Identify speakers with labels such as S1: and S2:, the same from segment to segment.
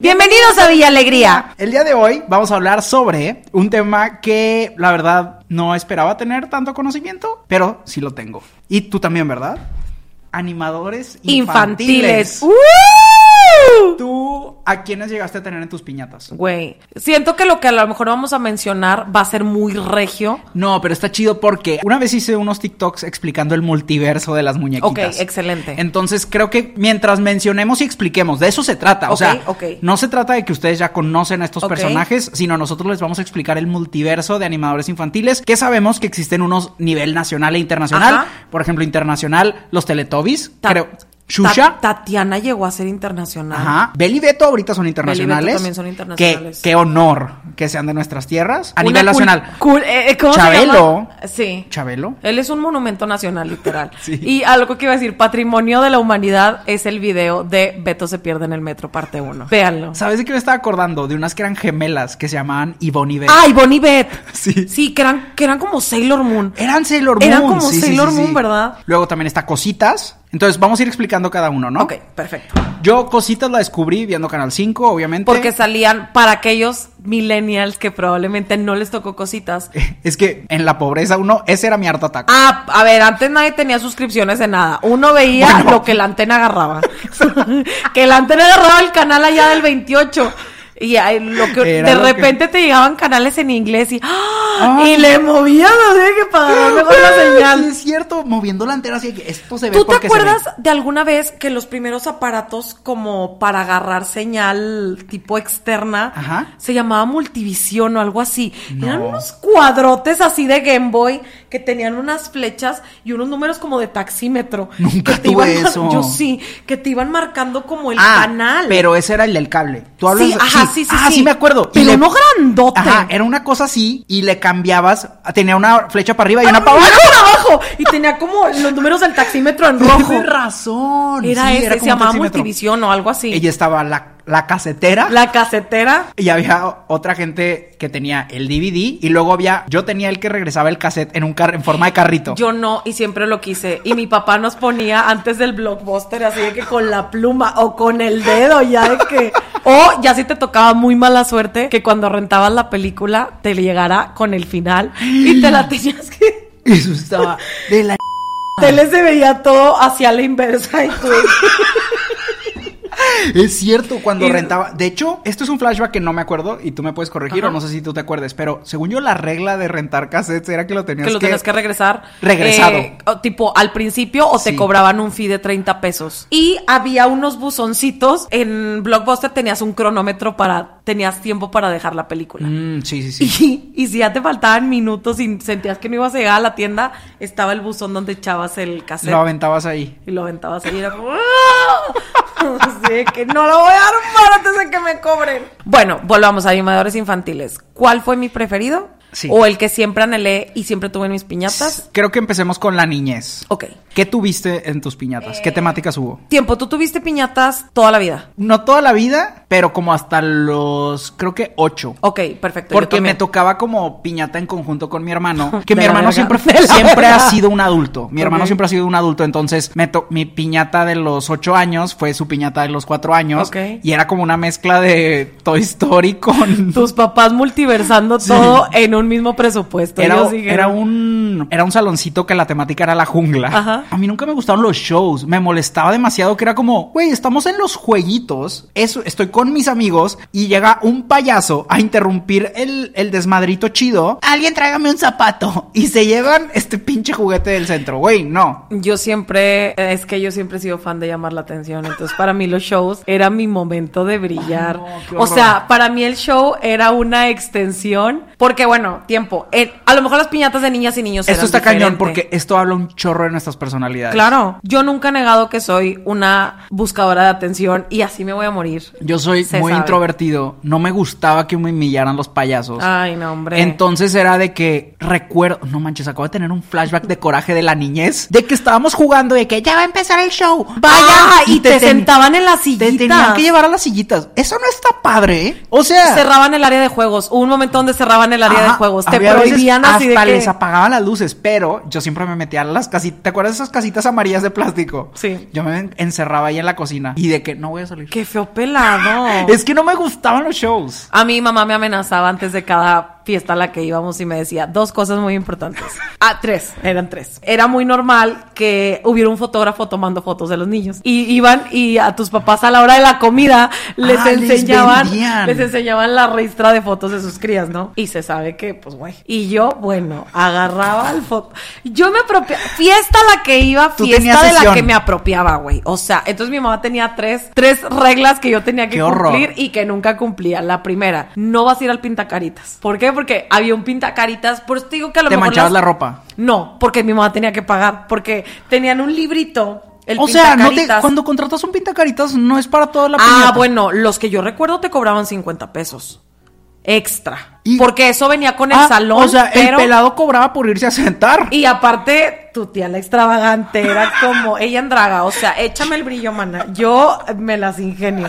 S1: Bienvenidos a Villa Alegría.
S2: El día de hoy vamos a hablar sobre un tema que la verdad no esperaba tener tanto conocimiento, pero sí lo tengo. Y tú también, ¿verdad? Animadores
S1: Infantiles.
S2: infantiles.
S1: ¡Uh!
S2: ¿Tú a quiénes llegaste a tener en tus piñatas?
S1: Güey, siento que lo que a lo mejor vamos a mencionar va a ser muy regio.
S2: No, pero está chido porque una vez hice unos TikToks explicando el multiverso de las muñequitas.
S1: Ok, excelente.
S2: Entonces creo que mientras mencionemos y expliquemos, de eso se trata. O
S1: Ok,
S2: sea,
S1: ok.
S2: no se trata de que ustedes ya conocen a estos
S1: Ok.
S2: personajes, sino nosotros les vamos a explicar el multiverso de animadores infantiles que sabemos que existen unos nivel nacional e internacional.
S1: Ajá.
S2: Por ejemplo, internacional, los Teletubbies,
S1: Ta-
S2: creo.
S1: Ta-
S2: Shusha.
S1: Tatiana llegó a ser internacional.
S2: Ajá. Bel y Beto ahorita son internacionales.
S1: también son internacionales.
S2: Qué, qué honor que sean de nuestras tierras. A
S1: Una
S2: nivel
S1: cul-
S2: nacional.
S1: cul- eh, ¿Cómo se
S2: Chabelo.
S1: llama? Sí.
S2: Chabelo.
S1: Él es un monumento nacional, literal.
S2: Sí.
S1: Y algo que iba a decir, patrimonio de la humanidad es el video de Beto se pierde en el metro, parte 1. Véanlo.
S2: ¿Sabes de qué me estaba acordando? De unas que eran gemelas que se llamaban Ivonne y Beth.
S1: ¡Ay, Bonnie Bet!
S2: Sí.
S1: Sí, que eran, que eran como Sailor Moon.
S2: Eran Sailor Moon.
S1: Eran como Sailor Moon, ¿verdad?
S2: Luego también está Cositas. Entonces vamos a ir explicando cada uno, ¿no?
S1: Ok, perfecto.
S2: Yo Cositas la descubrí viendo Canal 5, obviamente.
S1: Porque salían para aquellos millennials que probablemente no les tocó cositas.
S2: es que en la pobreza uno, ese era mi harto ataque.
S1: Ah, a ver, antes nadie tenía suscripciones de nada. Uno veía
S2: Bueno.
S1: lo que la antena agarraba. que la antena agarraba el canal allá del 28. Y ahí lo que
S2: Era
S1: de
S2: lo que-
S1: repente te llegaban canales en inglés y ¡ah!
S2: Ay.
S1: y le movían, o sea, que para Ah, mejor la
S2: Sí,
S1: señal.
S2: es cierto, moviendo la antena así que esto se ve
S1: ¿Tú te
S2: porque se ve.
S1: acuerdas de alguna vez que los primeros aparatos como para agarrar señal tipo externa
S2: Ajá.
S1: se llamaba multivisión o algo así? Eran
S2: No.
S1: unos cuadrotes así de Game Boy que tenían unas flechas y unos números como de taxímetro.
S2: Nunca
S1: que te
S2: tuve
S1: iban mar-
S2: eso.
S1: Yo sí, que te iban marcando como el
S2: Ah,
S1: canal.
S2: Pero ese era el del cable. Tú hablas
S1: Sí, ajá, sí, sí,
S2: Ah,
S1: sí.
S2: sí me acuerdo.
S1: Pero uno grandote.
S2: Ajá, era una cosa así y le cambiabas, tenía una flecha para arriba y una
S1: ¡Ah,
S2: para abajo.
S1: una para abajo! Y tenía como los números del taxímetro en rojo.
S2: Tienes razón.
S1: Era
S2: Sí,
S1: ese,
S2: como
S1: se
S2: un
S1: llamaba
S2: taxímetro.
S1: multivisión o algo así.
S2: Ella estaba la, la casetera.
S1: La casetera.
S2: Y había otra gente que tenía el DVD y luego había, yo tenía el que regresaba el cassette en un car- en forma de carrito.
S1: Yo no, y siempre lo quise. Y mi papá nos ponía antes del blockbuster, así de que con la pluma o con el dedo, ya de que. O ya si te tocaba muy mala suerte que cuando rentabas la película te llegara con el final y te la tenías que.
S2: Y eso estaba de la
S1: Tele se veía todo hacia la inversa. y tú-
S2: Es cierto, cuando
S1: Y-
S2: rentaba. De hecho, esto es un flashback que no me acuerdo y tú me puedes corregir
S1: Ajá.
S2: o no sé si tú te acuerdes, pero según yo la regla de rentar cassettes era que lo tenías
S1: que lo tenías que regresar.
S2: Regresado.
S1: eh, o tipo al principio o te
S2: Sí.
S1: cobraban un fee de 30 pesos. Y había unos buzoncitos. En Blockbuster tenías un cronómetro para. Tenías tiempo para dejar la película.
S2: Mm, sí, sí, sí.
S1: Y, y si ya te faltaban minutos y sentías que no ibas a llegar a la tienda, estaba el buzón donde echabas el cassette.
S2: Lo aventabas ahí.
S1: y lo aventabas ahí y era como... "¡Ah!". Así de que no lo voy a armar antes de que me cobren. Bueno, volvamos a animadores infantiles. ¿Cuál fue mi preferido?
S2: Sí.
S1: ¿O el que siempre anhelé y siempre tuve en mis piñatas?
S2: Creo que empecemos con la niñez.
S1: Ok.
S2: ¿Qué tuviste en tus piñatas?
S1: Eh,
S2: ¿Qué temáticas hubo?
S1: Tiempo, tú tuviste piñatas toda la vida.
S2: No toda la vida, pero como hasta los, creo que ocho.
S1: Ok, perfecto. yo
S2: Porque me
S1: también.
S2: tocaba como piñata en conjunto con mi hermano. Que
S1: De
S2: mi
S1: la
S2: hermano
S1: verga,
S2: siempre,
S1: de la
S2: siempre
S1: verga.
S2: ha sido un adulto. Mi hermano
S1: Ok.
S2: siempre ha sido un adulto. Entonces, me to- mi piñata de los ocho años fue su piñata de los cuatro años.
S1: Ok.
S2: Y era como una mezcla de Toy Story con.
S1: Tus papás multiversando todo en un mismo presupuesto.
S2: Era,
S1: Ellos dijeron,
S2: era un era un saloncito que la temática era la jungla.
S1: Ajá.
S2: A mí nunca me gustaron los shows, me molestaba demasiado que era como, güey, estamos en los jueguitos, eso, estoy con mis amigos y llega un payaso a interrumpir el, el desmadrito chido. Alguien tráigame un zapato y se llevan este pinche juguete del centro, güey, no.
S1: Yo siempre, es que yo siempre he sido fan de llamar la atención, entonces para mí los shows era mi momento de brillar.
S2: Ay, no, qué
S1: o
S2: horror.
S1: sea, para mí el show era una extensión, porque bueno, bueno, tiempo. Eh, a lo mejor las piñatas de niñas y niños
S2: Esto
S1: eran
S2: está cañón
S1: diferente.
S2: porque esto habla un chorro de nuestras personalidades.
S1: Claro, yo nunca he negado que soy una buscadora de atención y así me voy a morir.
S2: Yo soy
S1: Se
S2: muy
S1: sabe.
S2: introvertido, no me gustaba que me humillaran los payasos.
S1: Ay, no, hombre.
S2: Entonces era de que recuerdo, no manches, acabo de tener un flashback de coraje de la niñez, de que estábamos jugando de que ya va a empezar el show. Vaya,
S1: Ah, y te
S2: ten-
S1: sentaban en las
S2: Te tenían
S1: sillitas.
S2: que llevar a las sillitas. Eso no está padre. ¿eh? O sea,
S1: cerraban el área de juegos. Hubo un momento donde cerraban el área de
S2: Ajá,
S1: juegos. Te
S2: había veces
S1: prohibían así de
S2: hasta
S1: que...
S2: les apagaban las luces, pero yo siempre me metía a las casitas. ¿Te acuerdas de esas casitas amarillas de plástico?
S1: Sí.
S2: Yo me en- encerraba ahí en la cocina y de que no voy a salir.
S1: Qué feo pelado.
S2: Es que no me gustaban los shows.
S1: A mi mamá me amenazaba antes de cada fiesta a la que íbamos y me decía dos cosas muy importantes. Ah, tres, eran tres. Era muy normal que hubiera un fotógrafo tomando fotos de los niños. Y iban y a tus papás a la hora de la comida les
S2: Ah, les
S1: enseñaban
S2: vendían.
S1: les enseñaban la ristra de fotos de sus crías, ¿no? Y se sabe que, pues, güey. Y yo, bueno, agarraba el foto. Yo me apropiaba. Fiesta a la que iba,
S2: Tú tenías
S1: fiesta de la
S2: sesión.
S1: que me apropiaba, güey. O sea, entonces mi mamá tenía tres, tres reglas que yo tenía que
S2: Qué horror.
S1: cumplir y que nunca cumplía. La primera, no vas a ir al pintacaritas. ¿Por qué? Porque había un pintacaritas, por eso te digo que a lo
S2: Te
S1: mejor
S2: manchabas
S1: las-
S2: la ropa.
S1: No, porque mi mamá tenía que pagar, porque tenían un librito. El
S2: o sea, no te,
S1: pintacaritas.
S2: cuando contratas un pintacaritas no es para toda la
S1: Ah,
S2: piñata.
S1: bueno, los que yo recuerdo te cobraban 50 pesos extra.
S2: Y-
S1: Porque eso venía con el
S2: Ah,
S1: salón.
S2: O sea,
S1: pero-
S2: el pelado cobraba por irse a sentar.
S1: Y aparte, tu tía la extravagante era como ella andraga, o sea, échame el brillo, mana. Yo me las ingenio.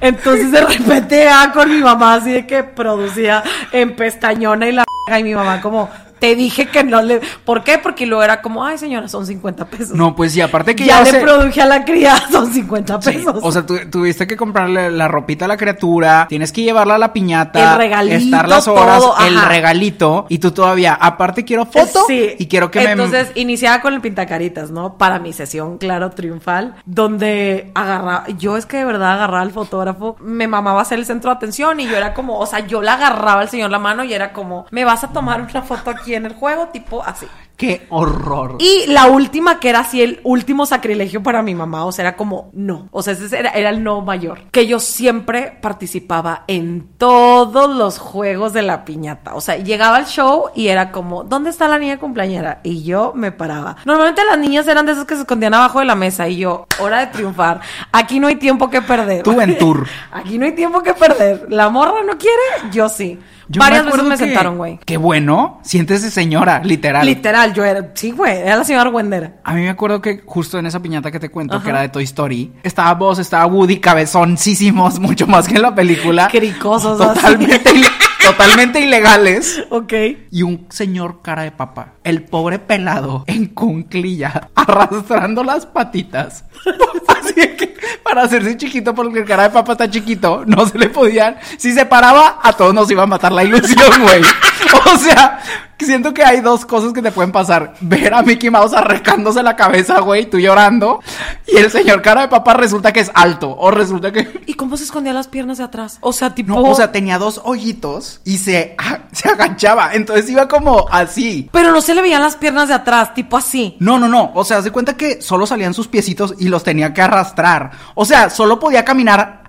S1: Entonces de repente ah, con mi mamá así de que producía en pestañona y la y mi mamá como te dije que no le ¿Por qué? Porque luego era como, ay, señora, son 50 pesos.
S2: No, pues sí, aparte que
S1: ya
S2: ya,
S1: le
S2: se-
S1: produje a la cría, son 50
S2: Sí,
S1: pesos.
S2: O sea, tu- tuviste que comprarle la ropita a la criatura, tienes que llevarla a la piñata,
S1: El regalito,
S2: estar las horas,
S1: todo,
S2: el
S1: ajá. Eh,
S2: regalito, y tú todavía, aparte quiero foto
S1: Sí.
S2: y quiero que
S1: Entonces, iniciaba con el pintacaritas, ¿no? Para mi sesión, claro, triunfal, donde agarraba, yo es que de verdad agarraba al fotógrafo, me mamaba ser el centro de atención y yo era como, o sea, yo le agarraba al señor la mano y era como, me vas a tomar una foto aquí en el juego, tipo así.
S2: me... ¡Qué horror!
S1: Y la última, que era así el último sacrilegio para mi mamá, o sea, era como no. O sea, ese era, era el no mayor. Que yo siempre participaba en todos los juegos de la piñata. O sea, llegaba al show y era como, ¿dónde está la niña cumpleañera? Y yo me paraba. Normalmente las niñas eran de esas que se escondían abajo de la mesa y yo, hora de triunfar. Aquí no hay tiempo que perder.
S2: Tú en tour.
S1: Aquí no hay tiempo que perder. La morra no quiere, yo sí.
S2: Yo
S1: Varias veces
S2: acuerdo
S1: me
S2: que-
S1: sentaron, güey.
S2: Qué bueno, siéntese señora, literal.
S1: Literal, yo era, sí, güey, era la señora Wendera.
S2: a mí me acuerdo que justo en esa piñata que te cuento, que era de Toy Story, estaba vos, estaba Woody, cabezoncísimos, mucho más que en la película.
S1: Cricosos, así.
S2: Totalmente, ile- totalmente ilegales.
S1: Ok.
S2: y un señor cara de papa. El pobre pelado en cunclilla, arrastrando las patitas. Así de que para hacerse chiquito, porque el cara de papa está chiquito, no se le podían. Si se paraba, a todos nos iba a matar la ilusión, güey. O sea, siento que hay dos cosas que te pueden pasar: ver a Mickey Mouse arrecándose la cabeza, güey, tú llorando, y el señor cara de papa resulta que es alto, o resulta que.
S1: ¿Y cómo se escondía las piernas de atrás? O sea, tipo.
S2: No, o sea, tenía dos hoyitos y se, a- se agachaba. Entonces iba como así.
S1: pero no se le veían las piernas de atrás, tipo así.
S2: No, no, no. O sea, haz de cuenta que solo salían sus piecitos y los tenía que arrastrar. O sea, solo podía caminar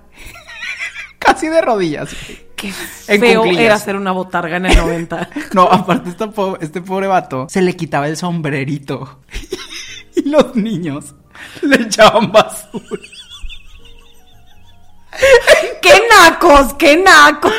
S2: casi de rodillas.
S1: Qué
S2: En
S1: feo
S2: cuclillas.
S1: era ser una botarga en el 90.
S2: No, aparte esta po- este pobre vato se le quitaba el sombrerito. y los niños le echaban basura.
S1: ¡Qué nacos! ¡Qué nacos!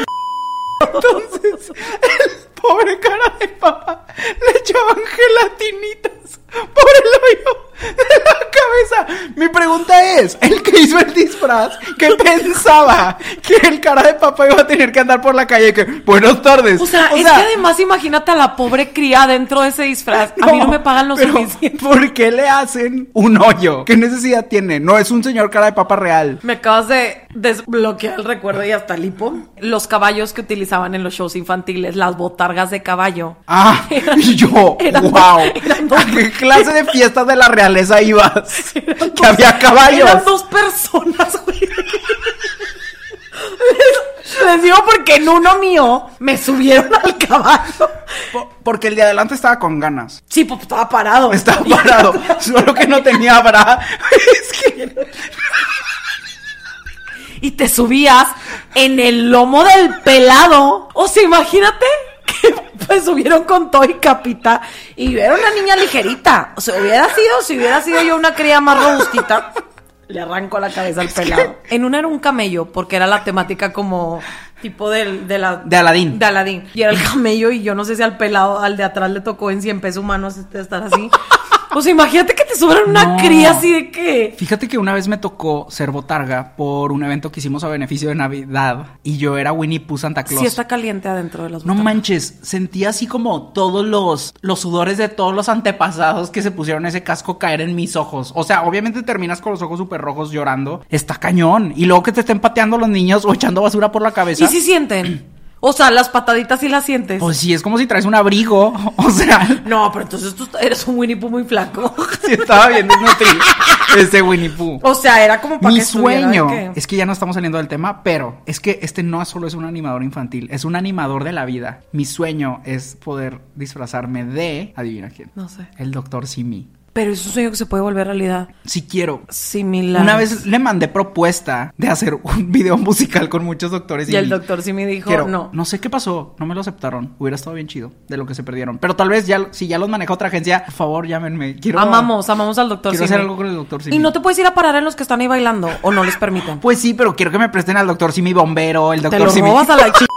S2: Entonces, el pobre cara de papa le echaban gelatinitas por el hoyo de la cabeza. Mi pregunta es, el que hizo el disfraz, ¿qué pensaba? Que el cara de papa iba a tener que andar por la calle y que, buenas tardes.
S1: O sea, es que además imagínate a la pobre cría dentro de ese disfraz. a mí no me pagan lo
S2: pero,
S1: suficiente.
S2: ¿Por qué le hacen un hoyo? ¿Qué necesidad tiene? No es un señor cara de papa real.
S1: Me acabas de desbloquear el recuerdo y hasta el hipo. Los caballos que utilizaban en los shows infantiles, las botargas de caballo.
S2: Ah, y yo,
S1: eran-
S2: wow.
S1: eran
S2: ¿A qué clase de fiestas de la realeza ibas?
S1: Eran
S2: que
S1: dos-
S2: había caballos.
S1: Eran dos personas, güey. Les, les digo porque en uno mío me subieron al caballo.
S2: Po- Porque el de adelante estaba con ganas.
S1: Sí, pues estaba parado.
S2: Estaba parado. solo que no tenía bra. Es que.
S1: Y te subías en el lomo del pelado. O sea, imagínate qué pues subieron con todo y capita. Y yo era una niña ligerita. O sea, hubiera sido, si hubiera sido yo una cría más robustita, le arranco la cabeza al pelado. En una era un camello, porque era la temática como tipo del, de la...
S2: De Aladín.
S1: De Aladín. Y era el camello y yo no sé si al pelado, al de atrás le tocó en 100 pesos humanos este, estar así. O sea, imagínate que te sobran una
S2: No.
S1: cría así de que...
S2: Fíjate que una vez me tocó ser botarga por un evento que hicimos a beneficio de Navidad y yo era Winnie Pooh Santa Claus.
S1: Sí está caliente adentro de las
S2: No
S1: botargas.
S2: manches, sentí así como todos los, los sudores de todos los antepasados que se pusieron ese casco caer en mis ojos. O sea, obviamente terminas con los ojos súper rojos llorando. Está cañón. Y luego que te estén pateando los niños o echando basura por la cabeza.
S1: ¿Y si sienten? O sea, las pataditas sí las sientes.
S2: Pues sí, es como si traes un abrigo. O sea,
S1: No, pero entonces tú eres un Winnie Pooh muy flaco.
S2: sí estaba bien desnutrido ese este Winnie Pooh.
S1: O sea, era como para
S2: Mi
S1: que estuviera,
S2: sueño
S1: ¿de qué?
S2: es que ya no estamos saliendo del tema, pero es que este no solo es un animador infantil, es un animador de la vida. Mi sueño es poder disfrazarme de, adivina quién,
S1: No sé.
S2: el doctor Simi.
S1: Pero es un sueño que se puede volver realidad.
S2: Si quiero.
S1: Similar.
S2: Una vez le mandé propuesta de hacer un video musical con muchos doctores
S1: Y el doctor Simi dijo,
S2: Quiero-
S1: no.
S2: No sé qué pasó, no me lo aceptaron. Hubiera estado bien chido de lo que se perdieron. Pero tal vez ya si ya los maneja otra agencia, por favor, llámenme. Quiero
S1: amamos, amamos al doctor
S2: Quiero
S1: Simi.
S2: hacer algo con el doctor Simi.
S1: Y no te puedes ir a parar en los que están ahí bailando o no les permiten.
S2: Pues sí, pero quiero que me presten al doctor Simi bombero, el
S1: te
S2: doctor
S1: lo
S2: Simi.
S1: robas a la chingada.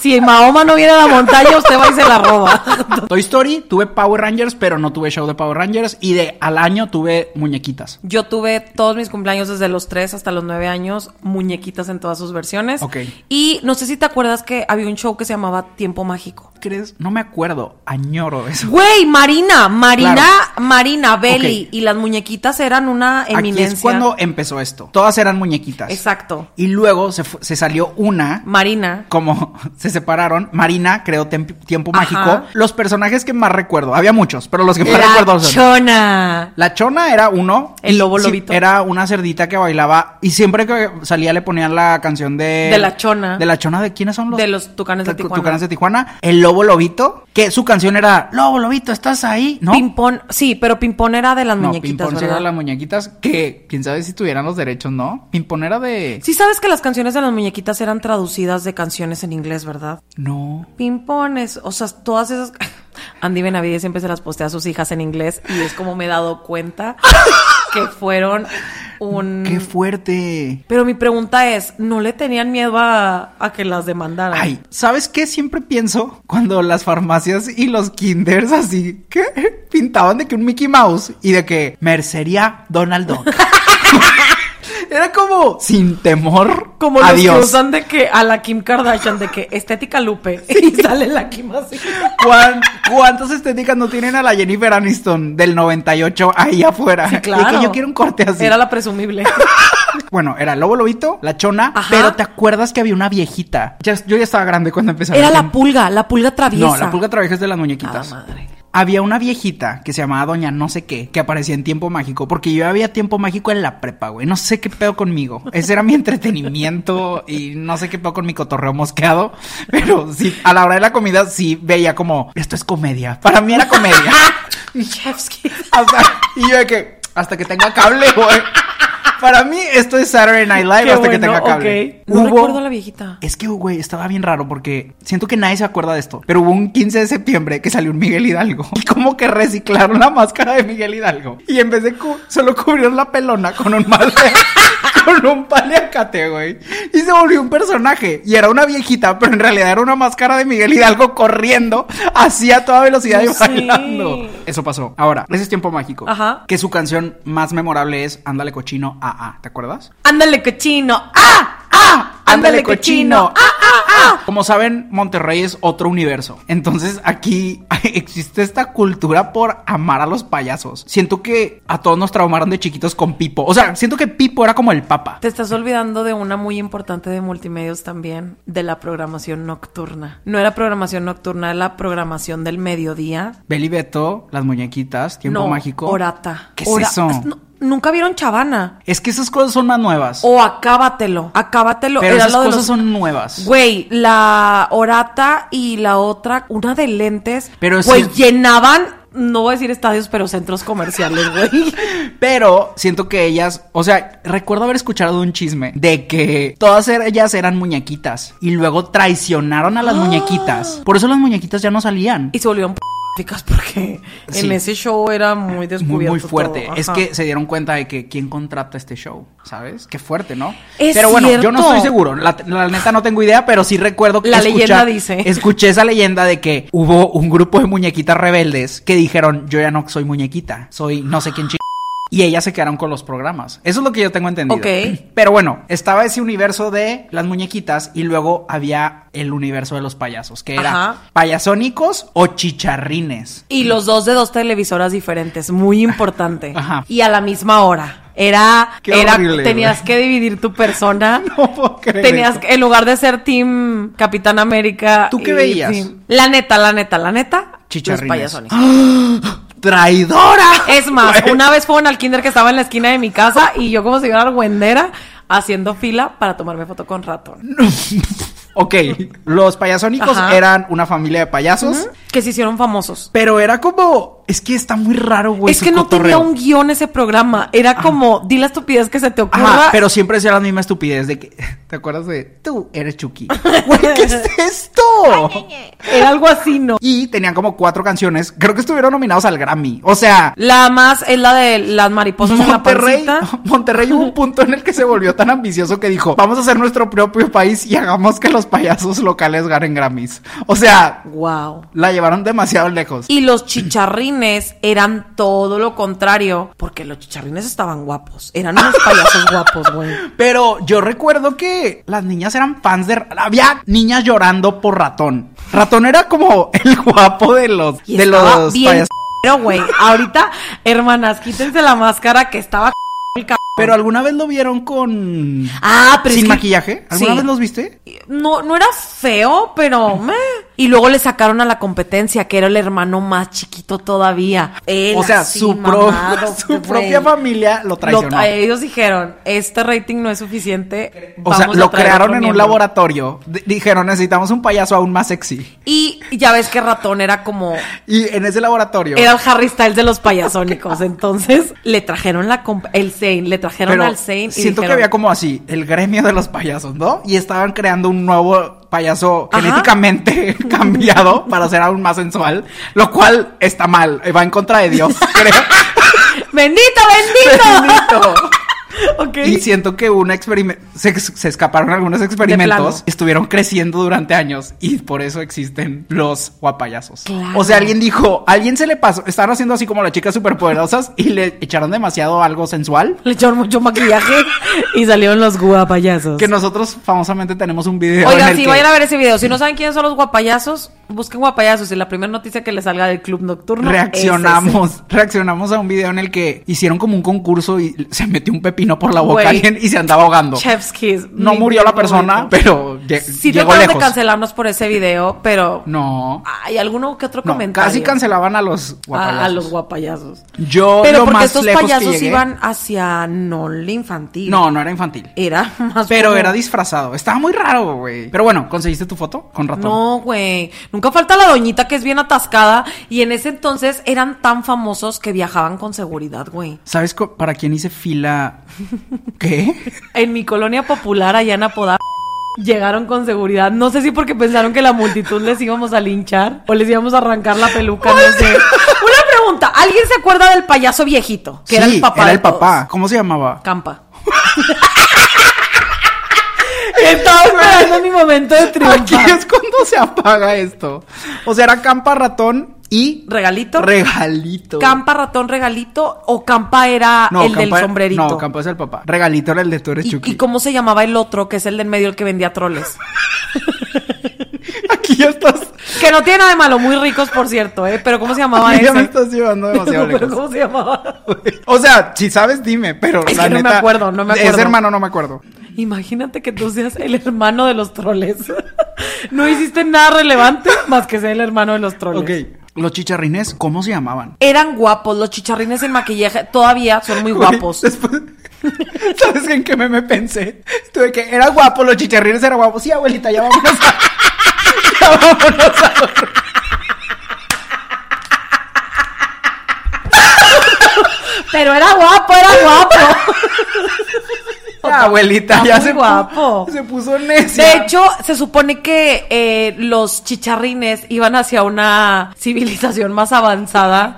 S1: Si Mahoma no viene a la montaña, usted va y se la roba.
S2: Toy Story, tuve Power Rangers, pero no tuve show de Power Rangers. Y de al año tuve muñequitas.
S1: Yo tuve todos mis cumpleaños desde los 3 hasta los 9 años, muñequitas en todas sus versiones.
S2: Ok.
S1: Y no sé si te acuerdas que había un show que se llamaba Tiempo Mágico.
S2: ¿Crees? No me acuerdo. Añoro eso.
S1: Güey, Marina, Marina,
S2: Claro.
S1: Marina, Belly y las muñequitas eran una eminencia.
S2: Aquí es cuando empezó esto. Todas eran muñequitas.
S1: Exacto.
S2: Y luego se, fu- se salió una.
S1: Marina.
S2: Como se separaron, Marina creó Tem- Tiempo
S1: Ajá.
S2: Mágico. Los personajes que más recuerdo, había muchos, pero los que más recuerdo
S1: La
S2: son.
S1: chona.
S2: La chona era uno.
S1: El
S2: y
S1: lobo
S2: sí,
S1: lobito.
S2: Era una cerdita que bailaba y siempre que salía le ponían la canción de...
S1: De la chona.
S2: De la chona, ¿de quiénes son los...?
S1: De los Tucanes de
S2: Tu-
S1: Tijuana.
S2: Tucanes de Tijuana. El lobo lobito, que su canción era... Lobo lobito, ¿estás ahí? ¿No?
S1: Pimpón, sí, pero Pimpón era de las
S2: no,
S1: muñequitas,
S2: Pimpón sí
S1: ¿verdad?
S2: era de las muñequitas, que quién sabe si tuvieran los derechos, ¿no? Pimpón era de...
S1: Sí sabes que las canciones de las muñequitas eran traducidas de canciones en inglés, ¿verdad?
S2: No.
S1: Pimpones, o sea, todas esas. Andy Benavides siempre se las postea a sus hijas en inglés y es como me he dado cuenta que fueron un.
S2: ¡Qué fuerte!
S1: Pero mi pregunta es, ¿no le tenían miedo a, a que las demandaran?
S2: Ay, ¿sabes qué? Siempre pienso cuando las farmacias y los kinders así que pintaban de que un Mickey Mouse y de que mercería Donald Duck. Era como sin temor.
S1: Como los
S2: adiós.
S1: que usan de que a la Kim Kardashian, de que estética Lupe. Y sale la Kim así.
S2: ¿Cuán- ¿Cuántas estéticas no tienen a la Jennifer Aniston del 98 ahí afuera?
S1: Sí,
S2: De
S1: claro.
S2: que yo quiero un corte así.
S1: Era la presumible.
S2: Bueno, era el Lobo Lobito, la Chona,
S1: Ajá.
S2: pero ¿te acuerdas que había una viejita? Ya- yo ya estaba grande cuando empezaron.
S1: Era la
S2: con-
S1: pulga, la pulga traviesa.
S2: No, la pulga trabaja es de las
S1: Ah,
S2: muñequitas.
S1: madre.
S2: Había una viejita que se llamaba Doña No sé qué, que aparecía en Tiempo Mágico, porque yo había Tiempo Mágico en la prepa, güey. No sé qué pedo conmigo. Ese era mi entretenimiento y no sé qué pedo con mi cotorreo mosqueado. Pero sí, a la hora de la comida sí veía como, esto es comedia. Para mí era comedia.
S1: Chef's kiss.
S2: Hasta- y yo de que, hasta que tenga cable, güey. Para mí esto es Saturday Night Live
S1: Qué
S2: hasta que
S1: bueno,
S2: tenga cable.
S1: ok. No
S2: Hubo-
S1: recuerdo a la viejita.
S2: Es que, güey, estaba bien raro porque siento que nadie se acuerda de esto. Pero hubo un 15 de septiembre que salió un Miguel Hidalgo. Y como que reciclaron la máscara de Miguel Hidalgo. Y en vez de cu- solo cubrieron la pelona con un mal con un paliacate, güey. Y se volvió un personaje. Y era una viejita, pero en realidad era una máscara de Miguel Hidalgo corriendo así a toda velocidad y
S1: Sí.
S2: bailando. Eso pasó. Ahora, ese es tiempo mágico.
S1: Ajá.
S2: Que su canción más memorable es Ándale cochino, ah, ah. ¿Te acuerdas?
S1: Ándale, cochino. ¡Ah! ¡Ah!
S2: Ándale cochino. Ah. Como saben, Monterrey es otro universo. Entonces aquí existe esta cultura por amar a los payasos. Siento que a todos nos traumaron de chiquitos con Pipo. O sea, siento que Pipo era como el papa.
S1: Te estás olvidando de una muy importante de multimedios también, de la programación nocturna. No era programación nocturna, era la programación del mediodía.
S2: Beli Beto, las muñequitas, tiempo
S1: no,
S2: mágico.
S1: Orata.
S2: ¿Qué es
S1: Ora-
S2: eso?
S1: No, Nunca vieron Chavana.
S2: Es que esas cosas son más nuevas.
S1: O acábatelo. Acábatelo.
S2: pero
S1: era
S2: esas
S1: lo de
S2: cosas
S1: los-
S2: son nuevas.
S1: Güey, la orata y la otra, una de lentes,
S2: Pero
S1: güey,
S2: sí.
S1: llenaban no voy a decir estadios, pero centros comerciales, güey.
S2: Pero siento que ellas, o sea, recuerdo haber escuchado un chisme de que todas er- ellas eran muñequitas y luego traicionaron a las muñequitas. Por eso las muñequitas ya no salían.
S1: Y se volvieron p***icas porque
S2: Sí.
S1: en ese show era muy
S2: Muy,
S1: descubierto.
S2: muy fuerte.
S1: todo.
S2: Es
S1: Ajá.
S2: que se dieron cuenta de que quién contrata este show, ¿sabes? Qué fuerte, ¿no?
S1: Es
S2: pero bueno, yo no
S1: cierto.
S2: estoy seguro. La, la neta no tengo idea, pero sí recuerdo que
S1: La
S2: escucha-
S1: leyenda dice.
S2: escuché esa leyenda de que hubo un grupo de muñequitas rebeldes que dijeron, yo ya no soy muñequita, soy no sé quién ch... Y ellas se quedaron con los programas. Eso es lo que yo tengo entendido.
S1: Ok.
S2: Pero bueno, estaba ese universo de las muñequitas y luego había el universo de los payasos, que era
S1: Ajá.
S2: payasónicos o chicharrines.
S1: Y los dos de dos televisoras diferentes, muy importante.
S2: Ajá.
S1: Y a la misma hora. Era,
S2: Qué
S1: era,
S2: horrible,
S1: tenías
S2: güey.
S1: que dividir tu persona.
S2: No puedo creer
S1: Tenías
S2: eso.
S1: que, en lugar de ser Team Capitán América.
S2: ¿Tú qué
S1: y
S2: veías?
S1: team- la neta, la neta, la neta.
S2: Chicharrines. ¡Ah!
S1: Los payasones.
S2: ¡Traidora!
S1: Es más,
S2: Güey.
S1: una vez fueron al kinder que estaba en la esquina de mi casa y yo como señora argüendera haciendo fila para tomarme foto con ratón.
S2: Ok, los payasónicos
S1: Ajá.
S2: eran una familia de payasos,
S1: Que se hicieron famosos.
S2: pero era como. Es que está muy raro, güey.
S1: es
S2: su
S1: que no
S2: cotorreo. Ah.
S1: tenía un guión ese programa. Era como, di la estupidez que se te ocurra.
S2: Ajá, pero siempre decía la misma estupidez de que. ¿Te acuerdas de tú eres Chucky? Güey, ¿qué es esto?
S1: Era algo así, ¿no?
S2: Y tenían como cuatro canciones. Creo que estuvieron nominados al Grammy. O sea,
S1: La más es la de las mariposas
S2: Monterrey,
S1: en Pues, la pancita.
S2: Monterrey hubo un punto en el que se volvió tan ambicioso que dijo, vamos a hacer nuestro propio país y hagamos que los payasos locales ganen Grammys. O sea,
S1: Wow.
S2: la llevaron demasiado lejos.
S1: Y los chicharrines eran todo lo contrario, porque los chicharrines estaban guapos. Eran unos payasos guapos, güey.
S2: Pero yo recuerdo que las niñas eran fans de... Había niñas llorando por ratón. Ratón era como el guapo de los...
S1: Y
S2: de
S1: estaba
S2: los
S1: bien
S2: payas-
S1: c***ero, güey. Ahorita, hermanas, quítense la máscara que estaba c***ero el c***.
S2: Pero alguna vez lo vieron con...
S1: Ah, pero es
S2: Sin
S1: que-
S2: maquillaje. ¿Alguna
S1: Sí.
S2: vez los viste?
S1: No, no era feo, pero meh. Y luego le sacaron a la competencia, que era el hermano más chiquito todavía. Él
S2: o sea,
S1: así,
S2: su, pro-
S1: mamado,
S2: su
S1: güey.
S2: propia familia lo
S1: Lo-
S2: traicionó.
S1: ellos dijeron, este rating no es suficiente.
S2: o sea,
S1: vamos a
S2: lo
S1: traer
S2: crearon
S1: otro
S2: en un
S1: miembro".
S2: laboratorio. D- dijeron, necesitamos un payaso aún más sexy.
S1: Y ya ves que ratón era como...
S2: Y en ese laboratorio...
S1: Era el Harry Styles de los payasónicos. Entonces le trajeron la comp- el Zane, le trajeron
S2: Pero
S1: al Zane. y
S2: siento que
S1: dijeron,
S2: había como así, el gremio de los payasos, ¿no? Y estaban creando un nuevo payaso
S1: Ajá.
S2: genéticamente cambiado para ser aún más sensual, lo cual está mal, va en contra de Dios, creo.
S1: ¡Bendito, bendito!
S2: Bendito.
S1: ok.
S2: Y siento que un experimento se, se escaparon algunos
S1: plano.
S2: experimentos, estuvieron creciendo durante años y por eso existen los guapayasos.
S1: Claro.
S2: O sea, alguien dijo, alguien se le pasó, estaban haciendo así como las chicas superpoderosas y le echaron demasiado algo sensual
S1: Le echaron mucho maquillaje y salieron los guapayazos.
S2: Que nosotros famosamente tenemos un video. en
S1: Oigan,
S2: el
S1: si
S2: que-
S1: vayan a ver ese video, si no saben quiénes son los guapayazos, busquen guapayazos y la primera noticia que les salga del club nocturno. es
S2: Reaccionamos, reaccionamos a un video en el que hicieron como un concurso y se metió un pepino por la boca
S1: Güey.
S2: a alguien y se andaba ahogando.
S1: ese. Chef's Kiss.
S2: no
S1: mi
S2: murió la
S1: favorito.
S2: persona, pero lle-
S1: Sí
S2: llegó
S1: trataron
S2: lejos.
S1: de cancelarnos por ese video, pero
S2: No,
S1: hay alguno que otro
S2: no,
S1: comentario.
S2: casi cancelaban Ah, a los guapayazos.
S1: a, a los guapayazos.
S2: Yo
S1: Pero
S2: lo
S1: porque
S2: más
S1: estos
S2: lejos que
S1: payasos
S2: llegué-
S1: iban hacia no la infantil.
S2: No, no era infantil.
S1: Era más
S2: Pero
S1: como-
S2: era disfrazado. Estaba muy raro, güey. Pero bueno, ¿conseguiste tu foto con ratón?
S1: No, güey. Nunca falta la doñita que es bien atascada. Y en ese entonces eran tan famosos que viajaban con seguridad, güey.
S2: ¿Sabes co- para quién hice fila? ¿Qué?
S1: En mi colonia popular allá en Apodaca llegaron con seguridad. No sé si porque pensaron que la multitud les íbamos a linchar o les íbamos a arrancar la peluca, no sé. Una pregunta. ¿Alguien se acuerda del payaso viejito? Que era
S2: Sí,
S1: el papá.
S2: Era
S1: de
S2: el papá.
S1: todos?
S2: ¿Cómo se llamaba?
S1: Campa. Estaba esperando mi momento de
S2: Aquí
S1: triunfo.
S2: es cuando se apaga esto. O sea, era campa ratón y
S1: Regalito.
S2: regalito.
S1: Campa ratón regalito o Campa era el
S2: Campa-
S1: del sombrerito.
S2: No, campa es el papá. Regalito era el de tú eres
S1: ¿Y,
S2: Chucky.
S1: y cómo se llamaba el otro, que es el del medio, el que vendía troles?
S2: Aquí ya estás.
S1: que no tiene nada de malo, muy ricos, por cierto, ¿eh? Pero ¿cómo se llamaba
S2: aquí
S1: ese?
S2: ya me estás llevando demasiado
S1: Pero
S2: lejos.
S1: ¿cómo se llamaba?
S2: O sea, si sabes, dime, pero
S1: Es
S2: la
S1: que no me
S2: neta,
S1: acuerdo, no me
S2: de Ese
S1: acuerdo.
S2: hermano no me acuerdo.
S1: Imagínate que tú seas el hermano de los troles. no hiciste nada relevante más que ser el hermano de los troles.
S2: Ok. Los chicharrines, ¿cómo se llamaban?
S1: Eran guapos, los chicharrines en maquillaje todavía son muy
S2: Güey,
S1: guapos.
S2: Después, ¿Sabes en qué meme pensé? Tuve que era guapo, los chicharrines eran guapos. Sí, abuelita, ya vámonos a. ya vámonos a dormir.
S1: Pero era guapo, era guapo.
S2: Ya, abuelita,
S1: Está
S2: ya
S1: muy
S2: se, pu-
S1: guapo.
S2: se puso necia.
S1: De hecho, se supone que eh, los chicharrines iban hacia una civilización más avanzada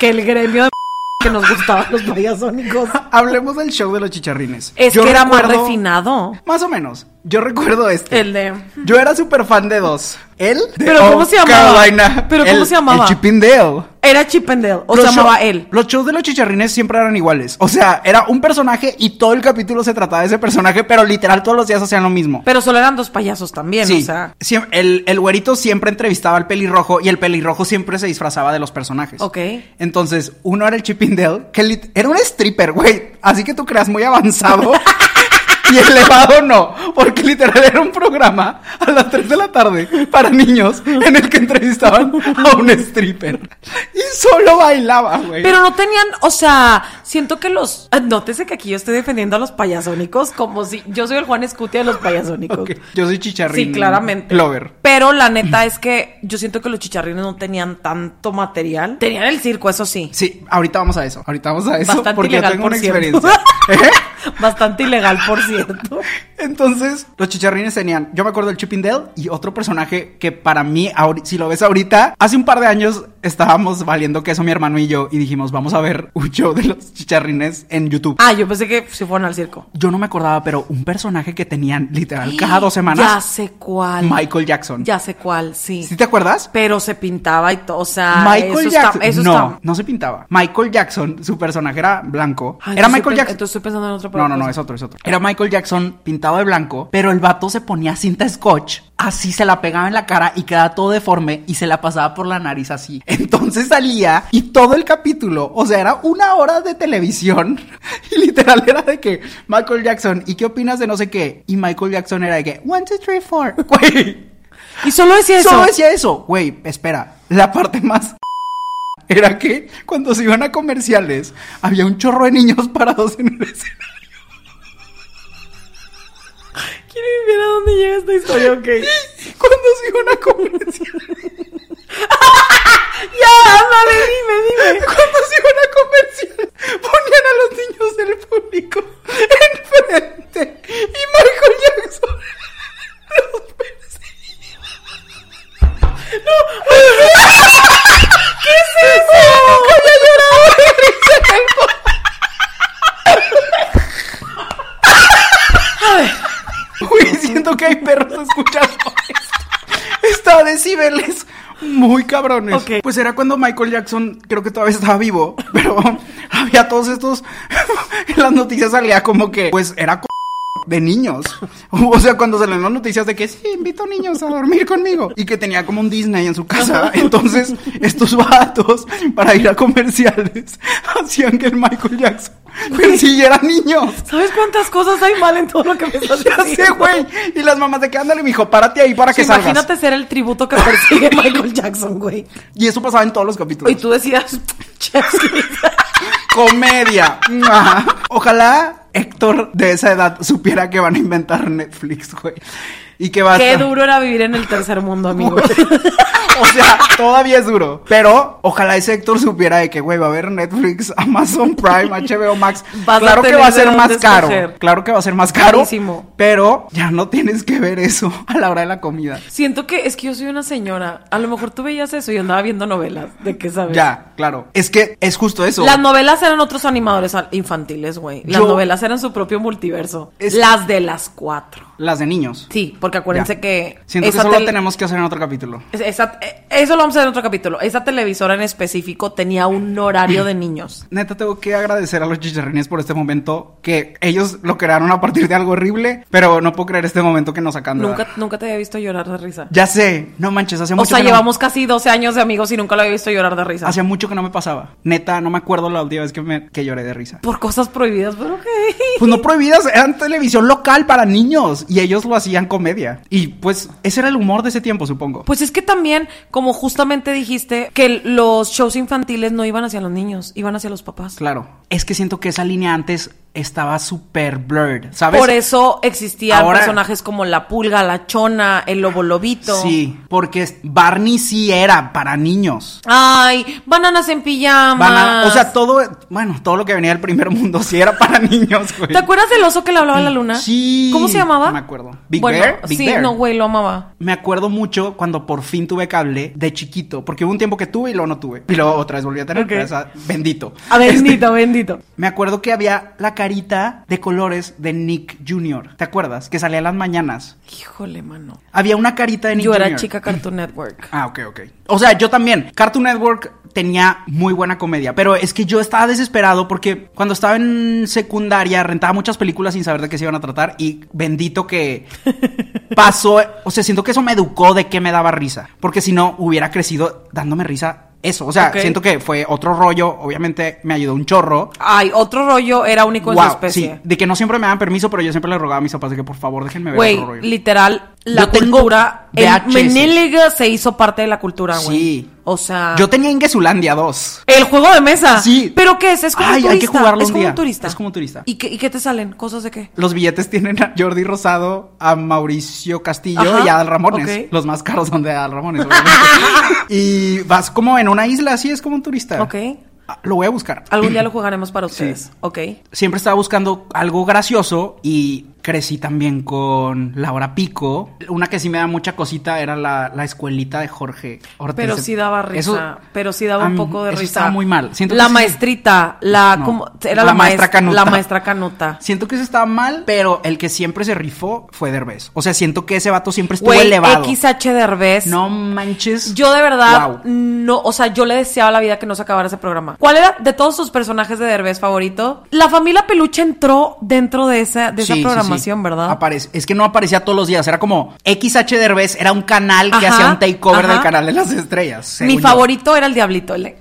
S1: que el gremio de que nos gustaban los payasónicos.
S2: hablemos del show de los chicharrines.
S1: Es
S2: Yo
S1: que era más
S2: recuerdo-
S1: refinado.
S2: Más o menos. Yo recuerdo este.
S1: El de.
S2: Yo era súper fan de dos. Él de
S1: Pero ¿cómo
S2: Old
S1: se llamaba?
S2: Carolina.
S1: Pero ¿cómo
S2: El-
S1: se llamaba?
S2: El Chippendale.
S1: Era Chipendel, o se
S2: Los
S1: llamaba
S2: show-
S1: él.
S2: Los shows de los chicharrines siempre eran iguales. O sea, era un personaje y todo el capítulo se trataba de ese personaje, pero literal todos los días hacían lo mismo.
S1: Pero solo eran dos payasos también,
S2: Sí,
S1: o sea.
S2: siem- el, el güerito siempre entrevistaba al pelirrojo y el pelirrojo siempre se disfrazaba de los personajes.
S1: Ok.
S2: Entonces, uno era el Chippendale, que lit- era un stripper, güey. Así que tú creas muy avanzado y elevado no, porque literal era un programa a las 3 de la tarde para niños en el que entrevistaban a un stripper. Y solo bailaba, güey.
S1: Pero no tenían, o sea, siento que los. ah, Nótese que aquí yo estoy defendiendo a los payasónicos como si yo soy el Juan Escutia de los payasónicos.
S2: Ok, Yo soy chicharrín.
S1: Sí, claramente.
S2: Clover.
S1: Pero la neta es que yo siento que los chicharrines no tenían tanto material. Tenían el circo, eso sí.
S2: Sí, ahorita vamos a eso. Ahorita vamos a eso
S1: Bastante
S2: porque yo
S1: ilegal,
S2: tengo
S1: por
S2: una
S1: cierto.
S2: experiencia. ¿Eh?
S1: Bastante ilegal, por cierto.
S2: Entonces, los chicharrines tenían, yo me acuerdo del Chippendale y otro personaje que para mí, ahori- si lo ves ahorita, hace un par de años estábamos valiendo queso mi hermano y yo y dijimos, vamos a ver un show de los chicharrines en YouTube.
S1: Ah, yo pensé que se fueron al circo.
S2: Yo no me acordaba, pero un personaje que tenían literal cada dos
S1: Ya
S2: semanas,
S1: sé cuál.
S2: Michael Jackson.
S1: Ya sé cuál, sí.
S2: ¿Sí te acuerdas?
S1: Pero se pintaba y todo. O sea,
S2: Michael
S1: Ah, eso
S2: Jackson.
S1: está. Eso
S2: no,
S1: está-
S2: no se pintaba. Michael Jackson, su personaje era blanco.
S1: Ah,
S2: era
S1: entonces
S2: Michael
S1: estoy-
S2: Jackson.
S1: Entonces estoy pensando en otro
S2: No, no, no, es otro, es otro. Era Michael Jackson pintado de blanco, pero el vato se ponía cinta scotch, así se la pegaba en la cara y quedaba todo deforme y se la pasaba por la nariz así. Entonces salía y todo el capítulo, o sea, era una hora de televisión y literal era de que Michael Jackson, ¿y qué opinas de no sé qué? Y Michael Jackson era de que, one, two, three, four. Güey,
S1: Y solo decía eso.
S2: solo decía eso. Güey, espera, la parte más... Era que cuando se iban a comerciales había un chorro de niños parados en el escenario.
S1: Quiero ver a dónde llega esta historia, ok.
S2: Cuando se iban a comerciales.
S1: ya, ándale, dime, dime.
S2: Cuando se iban a comerciales. Ponían a los niños del público enfrente. Y Michael Jackson. Los perseguía. ¿Qué es eso? Nunca había llorado de risa en el po- Güey, siento que hay perros escuchando esto. Está a decibeles muy cabrones.
S1: Ok.
S2: Pues era cuando Michael Jackson, creo que todavía estaba vivo, pero había todos estos. en las noticias salía como que, pues era co- de niños. O sea, cuando salían las noticias de que sí, invito niños a dormir conmigo. Y que tenía como un Disney en su casa. Entonces, estos vatos, para ir a comerciales, hacían que el Michael Jackson pues, persiguiera niños.
S1: ¿Sabes cuántas cosas hay mal en todo lo que me estás
S2: Ya
S1: diciendo?
S2: sé, güey. Y las mamás de que ándale, mijo, párate ahí para que salgas.
S1: Imagínate ser el tributo que persigue Michael Jackson, güey.
S2: Y eso pasaba en todos los capítulos.
S1: Y tú decías, "Chef's kiss".
S2: Comedia. Mua. Ojalá Héctor de esa edad supiera que van a inventar Netflix, güey. Y que va a
S1: qué
S2: estar-
S1: duro era vivir en el tercer mundo, amigo.
S2: O sea, todavía es duro. Pero ojalá ese Héctor supiera de que, güey, va a haber Netflix, Amazon Prime, HBO Max.
S1: Vas a
S2: claro que
S1: tener
S2: va a
S1: de
S2: ser
S1: dónde
S2: más caro.
S1: escoger.
S2: Claro que va a ser más caro.
S1: Carísimo.
S2: Pero ya no tienes que ver eso a la hora de la comida.
S1: Siento que es que yo soy una señora. A lo mejor tú veías eso y yo andaba viendo novelas. ¿De qué sabes?
S2: Ya, claro. Es que es justo eso.
S1: Las novelas eran otros animadores al- infantiles, güey. Las
S2: Yo-
S1: novelas eran su propio multiverso.
S2: Es-
S1: Las de las cuatro.
S2: Las de niños.
S1: Sí, porque acuérdense
S2: Ya.
S1: que.
S2: Siento que
S1: esa
S2: eso lo
S1: tele-
S2: tenemos que hacer en otro capítulo.
S1: es- esa- eh, eso lo vamos a hacer en otro capítulo. Esa televisora en específico tenía un horario de niños.
S2: Neta, tengo que agradecer a los chicharrines por este momento que ellos lo crearon a partir de algo horrible, pero no puedo creer este momento que nos sacan de
S1: Nunca,
S2: dar.
S1: nunca te había visto llorar de risa.
S2: Ya sé, no manches, hace
S1: O
S2: mucho
S1: sea,
S2: que no-
S1: llevamos casi 12 años de amigos y nunca lo había visto llorar de risa.
S2: Hacía mucho que no me pasaba. Neta, no me acuerdo la última vez que, me, que lloré de risa.
S1: Por cosas prohibidas, pero ok.
S2: Pues no prohibidas, eran televisión local para niños y ellos lo hacían comedia. Y pues ese era el humor de ese tiempo, supongo.
S1: Pues es que también, como justamente dijiste, que los shows infantiles no iban hacia los niños, iban hacia los papás.
S2: Claro. Es que siento que esa línea antes estaba súper blurred, ¿sabes?
S1: Por eso existían
S2: Ahora-
S1: personajes como la pulga, la chona, el lobo lobito.
S2: Sí, porque Barney sí era para niños.
S1: Ay, bananas en pijama.
S2: Bana- o sea, todo, bueno, todo lo que venía del primer mundo sí era para niños, güey.
S1: ¿Te acuerdas del oso que le hablaba a la luna?
S2: Sí.
S1: ¿Cómo se llamaba?
S2: No me acuerdo. ¿Big
S1: bueno,
S2: Bear? Big
S1: sí,
S2: Bear.
S1: no, güey, lo amaba.
S2: Me acuerdo mucho cuando por fin tuve cable de chiquito, porque hubo un tiempo que tuve y luego no tuve. Y luego otra vez volví a tener,
S1: Ok.
S2: pero esa- bendito. Este,
S1: A bendito, bendito.
S2: Me acuerdo que había la carita de colores de Nick Jr. ¿Te acuerdas? Que salía en las mañanas.
S1: Híjole, mano.
S2: Había una carita de Nick
S1: Yo era
S2: Jr..
S1: chica Cartoon Network.
S2: Ah, ok, ok. O sea, yo también. Cartoon Network tenía muy buena comedia, pero es que yo estaba desesperado porque cuando estaba en secundaria rentaba muchas películas sin saber de qué se iban a tratar y bendito que pasó, o sea, siento que eso me educó de qué me daba risa, porque si no hubiera crecido dándome risa. Eso, o sea,
S1: Ok.
S2: siento que fue otro rollo, obviamente me ayudó un chorro.
S1: Ay, otro rollo era único en
S2: Guau,
S1: su especie.
S2: sí, de que no siempre me dan permiso, pero yo siempre le rogaba a mis papás de que por favor déjenme ver
S1: Güey,
S2: otro rollo.
S1: literal, la
S2: Yo tengo
S1: cultura. El
S2: VHS.
S1: Menéliga se hizo parte de la cultura, güey.
S2: Sí.
S1: O sea.
S2: Yo tenía Inguesulandia 2.
S1: El juego de mesa.
S2: Sí.
S1: ¿Pero qué es? Es como
S2: Ay,
S1: un turista.
S2: hay que jugarlo
S1: es
S2: un
S1: como
S2: día.
S1: un turista.
S2: Es como un turista.
S1: ¿Y qué, ¿Y qué te salen? ¿Cosas de qué?
S2: Los billetes tienen a Jordi Rosado, a Mauricio Castillo
S1: Ajá,
S2: y a Adal Ramones.
S1: ok.
S2: Los más caros son de Adal Ramones. obviamente. y vas como en una isla, así es como un turista.
S1: Ok.
S2: Ah, Lo voy a buscar.
S1: Algún día lo jugaremos para ustedes. Ok.
S2: Siempre estaba buscando algo gracioso y crecí también con La Hora Pico. Una que sí me da mucha cosita era la, la escuelita de Jorge Ortiz.
S1: Pero sí daba risa.
S2: Eso-
S1: pero sí daba
S2: a
S1: un
S2: mí
S1: poco de
S2: eso
S1: risa.
S2: Estaba muy mal. Siento
S1: la
S2: que sí-
S1: maestrita, la.
S2: No,
S1: ¿cómo? Era
S2: la
S1: la,
S2: maestra
S1: maes-
S2: Canuta.
S1: La maestra Canuta.
S2: Siento que eso estaba mal, pero el que siempre se rifó fue Derbez. O sea, siento que ese vato siempre estuvo
S1: Güey,
S2: elevado.
S1: XH Derbez.
S2: No manches.
S1: Yo de verdad
S2: Wow.
S1: no, o sea, yo le deseaba a la vida que no se acabara ese programa. ¿Cuál era de todos sus personajes de Derbez favorito? La familia Peluche entró dentro de esa, de
S2: Sí, sí,
S1: esa programación,
S2: sí.
S1: ¿verdad?
S2: Aparece. Es que no aparecía todos los días. Era como XH Derbez era un canal que
S1: Ajá,
S2: hacía un takeover
S1: ajá.
S2: del canal de las estrellas. según
S1: Mi
S2: yo.
S1: favorito era el Diablito. el de-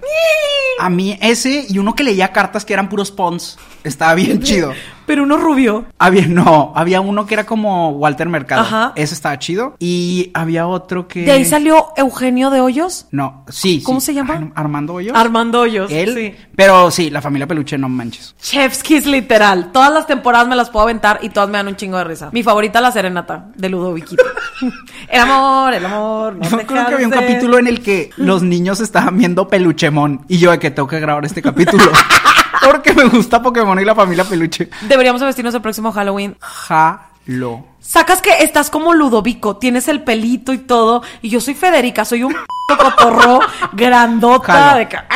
S2: A mí ese y uno que leía cartas que eran puros pons. Estaba bien chido.
S1: Pero uno rubio.
S2: Había, no, había uno que era como Walter Mercado.
S1: Ajá.
S2: Ese estaba chido. Y había otro que.
S1: De ahí salió Eugenio de Hoyos.
S2: No, sí.
S1: ¿Cómo
S2: sí.
S1: se llama?
S2: Ar- Armando Hoyos.
S1: Armando Hoyos.
S2: Él.
S1: Sí.
S2: Pero sí, la familia Peluche, no manches.
S1: Chef's Kiss, literal. Todas las temporadas me las puedo aventar y todas me dan un chingo de risa. Mi favorita, la serenata de Ludoviquito. el amor, el amor. no
S2: Yo creo
S1: deja
S2: que
S1: de
S2: había un
S1: ser.
S2: capítulo en el que los niños estaban viendo Peluchemón y yo de que tengo que grabar este capítulo. Porque me gusta Pokémon y la familia Peluche.
S1: Deberíamos vestirnos el próximo Halloween
S2: Jalo.
S1: Sacas que estás como Ludovico, tienes el pelito y todo, y yo soy Federica, soy un cotorro grandota
S2: Jalo.
S1: de que ¡ah!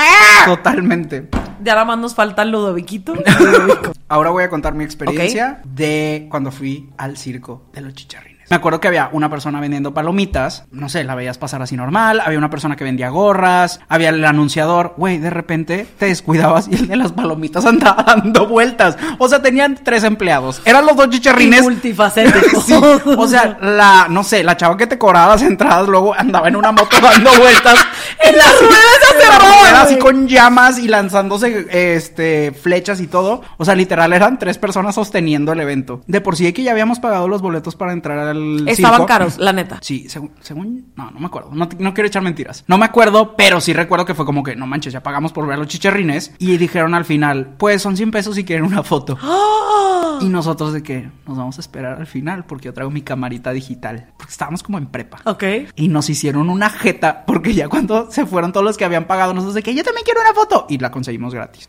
S2: Totalmente.
S1: Ya nada más nos falta el Ludoviquito. Ludovico.
S2: Ahora voy a contar mi experiencia de cuando fui al circo de los chicharrines. Me acuerdo que había una persona vendiendo palomitas, no sé, la veías pasar así normal, había una persona que vendía gorras, había el anunciador, güey, de repente te descuidabas y el de las palomitas andaba dando vueltas. O sea, tenían tres empleados, eran los dos chicharrines.
S1: Y multifacético.
S2: Sí, o sea, la, no sé, la chava que te cobraba las entradas luego andaba en una moto dando vueltas.
S1: En las ruedas
S2: En
S1: hacia
S2: la
S1: abajo,
S2: rueda, así
S1: güey.
S2: con llamas y lanzándose este flechas y todo. O sea, literal eran tres personas sosteniendo el evento. De por sí de que ya habíamos pagado los boletos para entrar al
S1: Estaban
S2: circo.
S1: caros, la neta.
S2: Sí, según, según- no, no me acuerdo. No, te- no quiero echar mentiras. No me acuerdo, pero sí recuerdo que fue como que, no manches, ya pagamos por ver a los chicharrines. Y dijeron al final, pues son 100 pesos si quieren una foto.
S1: ¡Ah!
S2: Y nosotros de que nos vamos a esperar al final porque yo traigo mi camarita digital. Porque estábamos como en prepa.
S1: Ok.
S2: Y nos hicieron una jeta porque ya cuando se fueron todos los que habían pagado, nosotros de que yo también quiero una foto. Y la conseguimos gratis.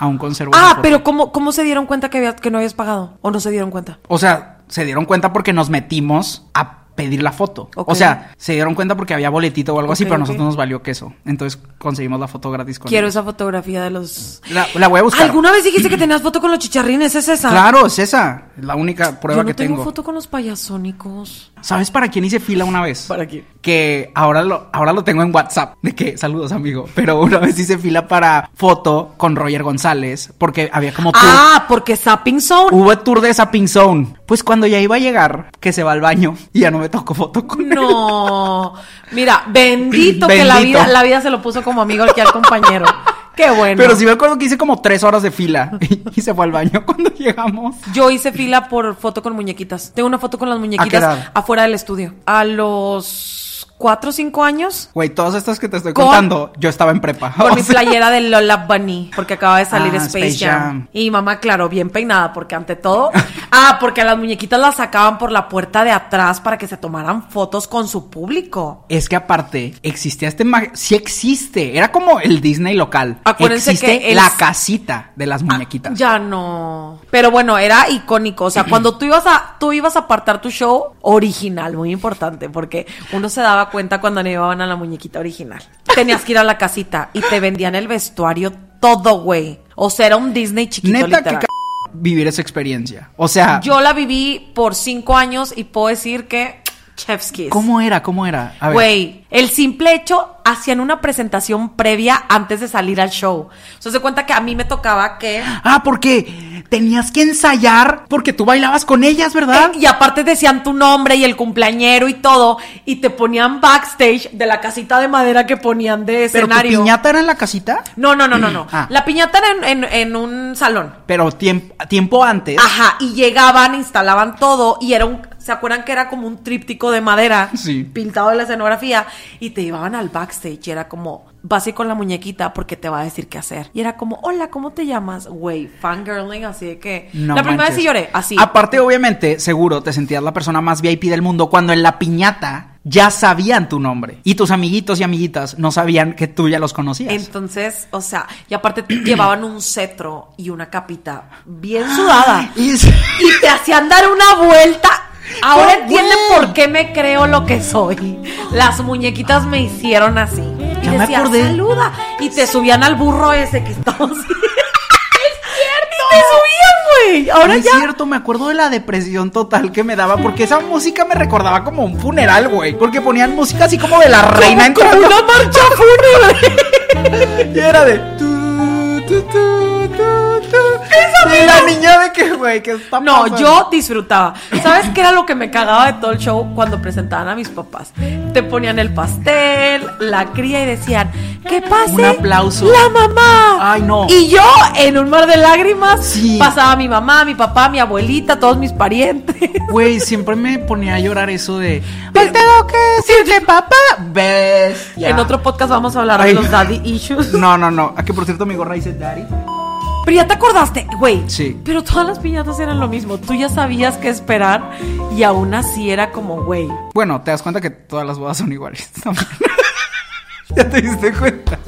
S2: Aún conservo. la
S1: Ah,
S2: foto.
S1: pero ¿cómo, cómo se dieron cuenta que, había, que no habías pagado? ¿O no se dieron cuenta?
S2: O sea, se dieron cuenta porque nos metimos a pedir la foto.
S1: Ok.
S2: O sea, se dieron cuenta porque había boletito o algo así,
S1: Ok,
S2: pero a
S1: ok.
S2: nosotros nos valió queso. Entonces conseguimos la foto gratis con
S1: Quiero
S2: ellos.
S1: esa fotografía de los...
S2: La, la voy a buscar.
S1: ¿Alguna vez dijiste que tenías foto con los chicharrines? ¿Es esa?
S2: Claro, es esa. La única
S1: Yo
S2: prueba
S1: no
S2: que
S1: tengo
S2: tengo.
S1: foto con los payasónicos.
S2: ¿Sabes para quién hice fila una vez?
S1: ¿Para quién?
S2: Que ahora lo, ahora lo tengo en WhatsApp. De que, saludos, amigo. Pero una vez hice fila para foto con Roger González. Porque había como tour.
S1: Ah, porque Zapping Zone.
S2: Hubo tour de esa Pink Zone. Pues cuando ya iba a llegar, que se va al baño y ya no me tocó foto con él.
S1: No. Mira, bendito, que
S2: Bendito.
S1: la vida, la vida se lo puso como amigo aquí al compañero. Qué bueno.
S2: Pero sí me acuerdo que hice como tres horas de fila y, y se fue al baño cuando llegamos.
S1: Yo hice
S2: Ah,
S1: fila por foto con muñequitas. Tengo una foto con las muñequitas
S2: edad?
S1: afuera del estudio. A los cuatro o cinco años
S2: Güey, todas estas que te estoy
S1: Con-
S2: contando, yo estaba en prepa.
S1: con
S2: O
S1: mi
S2: sea,
S1: playera de Lola Bunny, porque acaba de salir
S2: Ah,
S1: Space,
S2: Space
S1: Jam.
S2: Jam.
S1: Y mi mamá, claro, bien peinada, porque ante todo. ah, porque a las muñequitas las sacaban por la puerta de atrás para que se tomaran fotos con su público.
S2: Es que aparte, existía este... mag- Sí existe. Era como el Disney local.
S1: Acuérdense
S2: existe
S1: que el-
S2: la casita de las muñequitas.
S1: Ya no. Pero bueno, era icónico. O sea, cuando tú ibas a, tú ibas a apartar tu show original, muy importante, porque uno se daba cuenta cuando no llevaban a la muñequita original. Tenías que ir a la casita y te vendían el vestuario todo, güey. O sea, era un Disney chiquito.
S2: Neta, que
S1: literal.
S2: c- vivir esa experiencia. O sea,
S1: Yo la viví por cinco años y puedo decir que chef's kiss.
S2: ¿cómo era? ¿Cómo era? A ver.
S1: Güey, el simple hecho hacían una presentación previa antes de salir al show. O sea, se cuenta que a mí me tocaba que
S2: Ah, porque tenías que ensayar porque tú bailabas con ellas, ¿verdad?
S1: Eh, y aparte decían tu nombre y el cumpleañero y todo, y te ponían backstage de la casita de madera que ponían de
S2: Pero tu
S1: escenario.
S2: piñata era en la casita,
S1: No, no, no, no, no.
S2: Ah.
S1: La piñata era en, en- en un salón.
S2: pero tiemp- tiempo antes.
S1: Ajá, y llegaban, instalaban todo, y era un... ¿Se acuerdan que era como un tríptico de madera?
S2: Sí.
S1: Pintado en la escenografía. Y te llevaban al backstage y era como... Vas a ir con la muñequita porque te va a decir qué hacer. Y era como, hola, ¿cómo te llamas? Güey, fangirling, así de que...
S2: No
S1: la primera vez
S2: manches.
S1: sí lloré, así.
S2: Aparte, obviamente, seguro te sentías la persona más VIP del mundo cuando en la piñata ya sabían tu nombre y tus amiguitos y amiguitas no sabían que tú ya los conocías.
S1: Entonces, o sea, y aparte llevaban un cetro y una capita bien sudada
S2: Es-
S1: y te hacían dar una vuelta. Ahora
S2: ¡Oh,
S1: entienden
S2: güey!
S1: por qué me creo lo que soy. Las muñequitas me hicieron así. Y
S2: Ya me
S1: decía,
S2: acordé.
S1: saluda. Y te subían al burro ese que estamos. ¡Es cierto! te subían, güey. Ahora
S2: No es
S1: ya.
S2: cierto, me acuerdo de la depresión total que me daba porque esa música me recordaba como un funeral, güey. Porque ponían música así como de la reina
S1: como
S2: entrando.
S1: una marcha fúnebre.
S2: Y era de. tu, tu, tu, tu, tu. Y la niña de que, güey, que está
S1: No,
S2: pasando?
S1: yo disfrutaba. ¿Sabes qué era lo que me cagaba de todo el show cuando presentaban a mis papás? Te ponían el pastel, la cría y decían, ¿qué pase?
S2: Un aplauso.
S1: La mamá.
S2: Ay, no.
S1: Y yo, en un mar de lágrimas,
S2: Sí.
S1: pasaba a mi mamá, mi papá, mi abuelita, todos mis parientes.
S2: Güey, siempre me ponía a llorar eso de.
S1: Pero-
S2: "Te tengo que decirle, papá! Bestia.
S1: En otro podcast vamos a hablar
S2: Ay.
S1: de los daddy issues.
S2: No, no, no. Aquí, por cierto, mi gorra dice Daddy.
S1: Pero ya te acordaste, güey.
S2: Sí.
S1: Pero todas las piñatas eran lo mismo. Tú ya sabías qué esperar y aún así era como, güey.
S2: Bueno, te das cuenta que todas las bodas son iguales. también. ya te diste cuenta.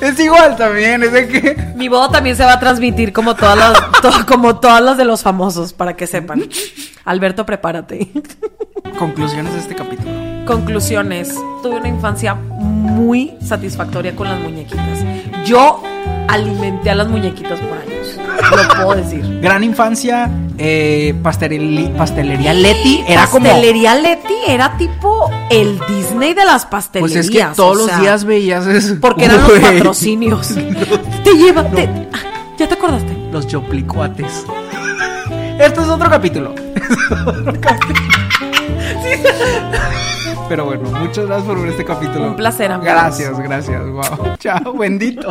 S2: Es igual también, es de que.
S1: Mi boda también se va a transmitir como todas las, to- como todas las de los famosos, para que sepan. Alberto, prepárate.
S2: Conclusiones de este capítulo.
S1: Conclusiones. Tuve una infancia muy satisfactoria con las muñequitas. Yo alimenté a las muñequitas por años. Lo puedo decir.
S2: Gran infancia, eh, pasteleli- pastelería Leti era como.
S1: Pastelería Leti era tipo el Disney de las
S2: Pues
S1: pastelerías.
S2: es que
S1: o
S2: todos los
S1: sea,
S2: días veías eso.
S1: Porque eran los
S2: Güey.
S1: patrocinios. Te lleva. te- ah, ya te acordaste.
S2: Los yoplicuates. Esto es otro capítulo. Pero bueno, muchas gracias por ver este capítulo.
S1: Un placer, amigos.
S2: Gracias, gracias. Wow. Chao, bendito.